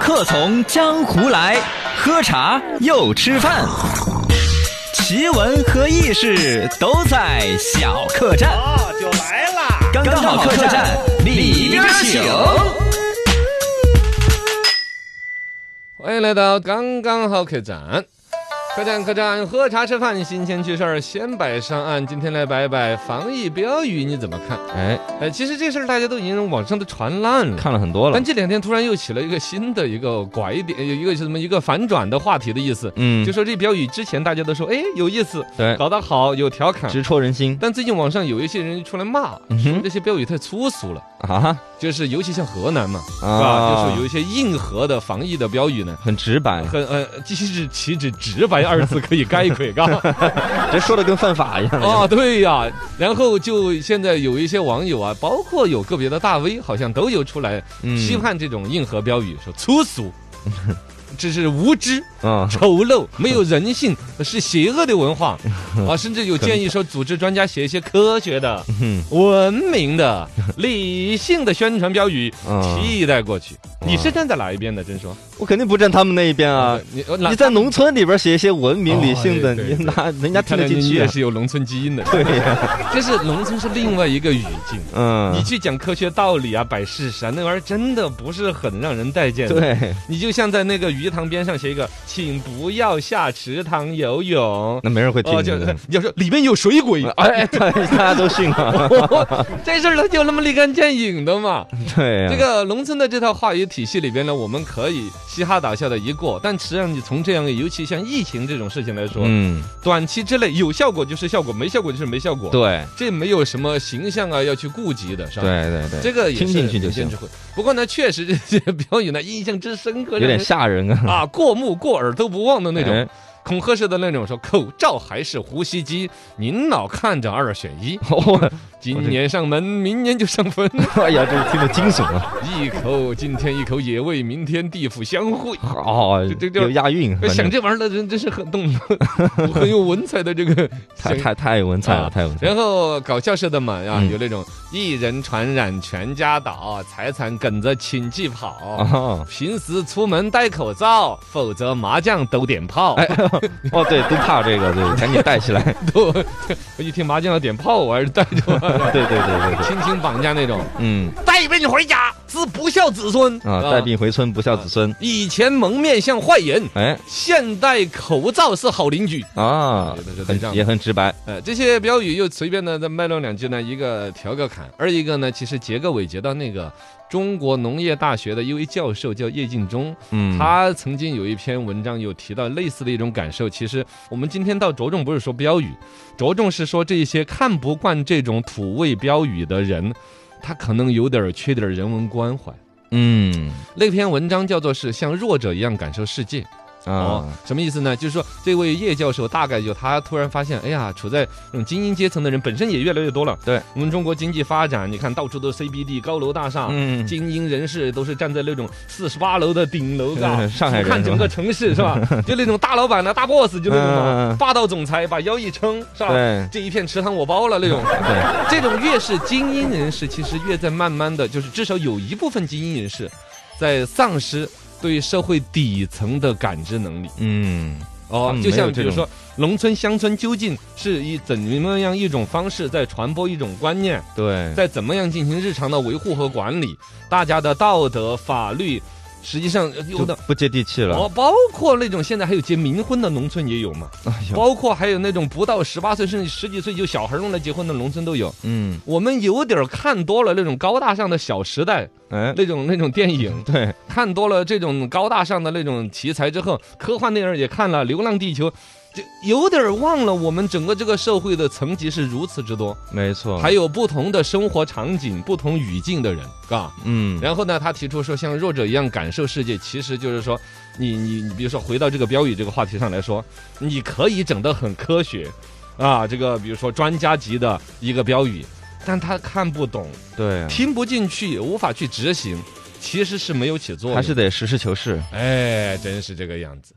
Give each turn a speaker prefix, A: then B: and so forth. A: 客从江湖来，喝茶又吃饭，奇闻和异事都在小客栈。
B: 哦，就来啦！
A: 刚刚好客栈，里边请。
C: 欢迎来到刚刚好客栈。客栈客栈，喝茶吃饭，新鲜趣事儿先摆上岸。今天来摆摆防疫标语，你怎么看？
A: 哎，
C: 呃，其实这事儿大家都已经网上都传烂了。
A: 看了很多了
C: 但，这两天突然又起了一个新的一个拐点，有一个什么一个反转的话题的意思，
A: 嗯，
C: 就说这标语之前大家都说，哎，有意思，
A: 对，
C: 搞得好，有调侃。
A: 直戳人心
C: 但最近网上有一些人出来骂，
A: 嗯
C: 说
A: 哼
C: 这些标语太粗俗了，
A: 啊
C: 就是尤其像河南嘛，是吧？
A: 啊
C: 就是有，一些硬核的防疫的标语呢，
A: 很直白，
C: 很呃，即使岂止直白二字可以概括，嘎。
A: 这说的跟犯法一样。
C: 啊，对呀、然后就现在有一些网友啊，包括有个别的大 V，好像都有出来
A: 嗯
C: 批判这种硬核标语，说粗俗，这是无知、
A: 嗯，
C: 丑陋、没有人性，是邪恶的文化啊！甚至有建议说，组织专家写一些科学的、
A: 嗯
C: 文明的、理性的宣传 标语
A: 啊
C: 替代过去。你
A: 哇
C: 是站在哪一边的？真说
A: 我肯定不站他们那一边嗯啊。，
C: 你呃
A: 你
C: 哪
A: 在农村里边写一些文明理性的，
C: 哦对
A: 你
C: 对对
A: 拿人家听
C: 看
A: 得
C: 来
A: 进
C: 你
A: 去
C: 也
A: 啊？
C: 是有农村基因的，
A: 对呀，
C: 这是农村是另外一个语境。你
A: 嗯，
C: 去讲科学道理啊，摆事实啊，那玩意儿真的不是很让人待见的。，
A: 对，
C: 你就像在那个鱼塘边上写一个“请不要下池塘游泳”，
A: 那没人会听
C: 哦，
A: 你
C: 就
A: 的。
C: 你要说里面有水鬼，
A: 哎， 大家都信啊，
C: 这事儿它就那么立竿见影的嘛。
A: 对呀，
C: 这个农村的这套话语体系里边呢，我们可以嘻哈打笑的一过，但实际上你从这样，尤其像疫情这种事情来说，
A: 嗯，
C: 短期之内有效果就是效果，没效果就是没效果。，
A: 对，
C: 这没有什么形象啊要去顾及的，是吧？
A: 对对对，
C: 这个也是
A: 听进去就
C: 人间
A: 行
C: 智慧。不过呢，确实这些标语呢，印象之深刻，
A: 有
C: 让
A: 点
C: 人
A: 吓人啊。
C: 啊，过目过耳都不忘的那
A: 哎
C: 种。恐吓式的那种说口罩还是呼吸机，您老看着二选一，
A: 哦，
C: 今年上门，明年就上坟，
A: 哎呀，这个听着惊悚 啊！
C: 一口今天一口野味，明天地府相会。
A: 哦，
C: 这这这
A: 有押韵，反
C: 想
A: 正
C: 这玩意儿的人真是很 动，很有文采的这个
A: 太
C: 想
A: 太太有文采了，
C: 啊
A: 太有文采了。
C: 然后搞笑式的嘛啊，
A: 嗯
C: 有那种一人传染全家倒，财产梗着请记跑。
A: 哦，
C: 平时出门戴口罩，否则麻将都点炮。
A: 哎，哦，对，都怕这个，对，赶紧带起 来。
C: 都，我一听麻将要点炮，我还是戴着吧。
A: 对对对对对，
C: 亲情绑架那种，
A: 嗯
C: 带病回家是不孝子孙
A: 啊，带。病回村不孝子孙。
C: 以前蒙面像坏人，
A: 哎
C: 现代口罩是好邻居。
A: 啊
C: 对对对，对这
A: 很
C: 样
A: 也很直白。
C: 呃，这些标语又随便的再卖弄两句呢，一个调个侃，二一个呢，其实结个尾结到那个中国农业大学的一位教授叫叶敬忠，
A: 嗯，
C: 他曾经有一篇文章有提到类似的一种感受。其实我们今天到着重不是说标语，着重是说这些看不惯这种土味标语的人，他可能有点儿缺点儿人文关怀。
A: 嗯
C: 那篇文章叫做是像弱者一样感受世界，哦
A: 啊，，
C: 什么意思呢？就是说，这位叶教授大概就他突然发现，哎呀，处在那种精英阶层的人本身也越来越多了。
A: 对，
C: 我们中国经济发展，你看到处都是 CBD 高楼大厦，
A: 嗯
C: 精英人士都是站在那种四十八楼的顶楼啊，
A: 嗯上海人
C: 俯瞰整个城市是吧？ 就那种大老板呢，大 boss 就那种
A: 嗯嗯
C: 嘛
A: 嗯
C: 霸道总裁，把腰一撑是吧？
A: 对
C: 这一片池塘我包了那种。
A: 对，
C: 这种越是精英人士，其实越在慢慢的就是至少有一部分精英人士，在丧失对社会底层的感知能力。
A: 嗯
C: 哦
A: 嗯，
C: 就
A: 没有
C: 像
A: 这
C: 比如
A: 种
C: 说，农村乡村究竟是以怎么样一种方式在传播一种观念，
A: 对，
C: 在怎么样进行日常的维护和管理，大家的道德法律，实际上呃有
A: 就
C: 的。
A: 不接地气了
C: 哦，。包括那种现在还有结冥婚的农村也有嘛，
A: 哎呦，
C: 包括还有那种不到十八岁甚至十几岁就小孩用来结婚的农村都有。
A: 嗯，
C: 我们有点儿看多了那种高大上的《小时代》
A: 哎，
C: 那种那种电影，
A: 对，
C: 看多了这种高大上的那种题材之后，科幻电影也看了，《流浪地球》。就有点儿忘了我们整个这个社会的层级是如此之多，
A: 没错。
C: 还有不同的生活场景、不同语境的人，啊。
A: 嗯
C: 然后呢，他提出说，像弱者一样感受世界，其实就是说，你你你，比如说回到这个标语这个话题上来说，你可以整得很科学，啊，这个比如说专家级的一个标语，但他看不懂，
A: 对啊，
C: 听不进去，也无法去执行，其实是没有起作用。
A: 还是得实事求是。
C: 哎，真是这个样子。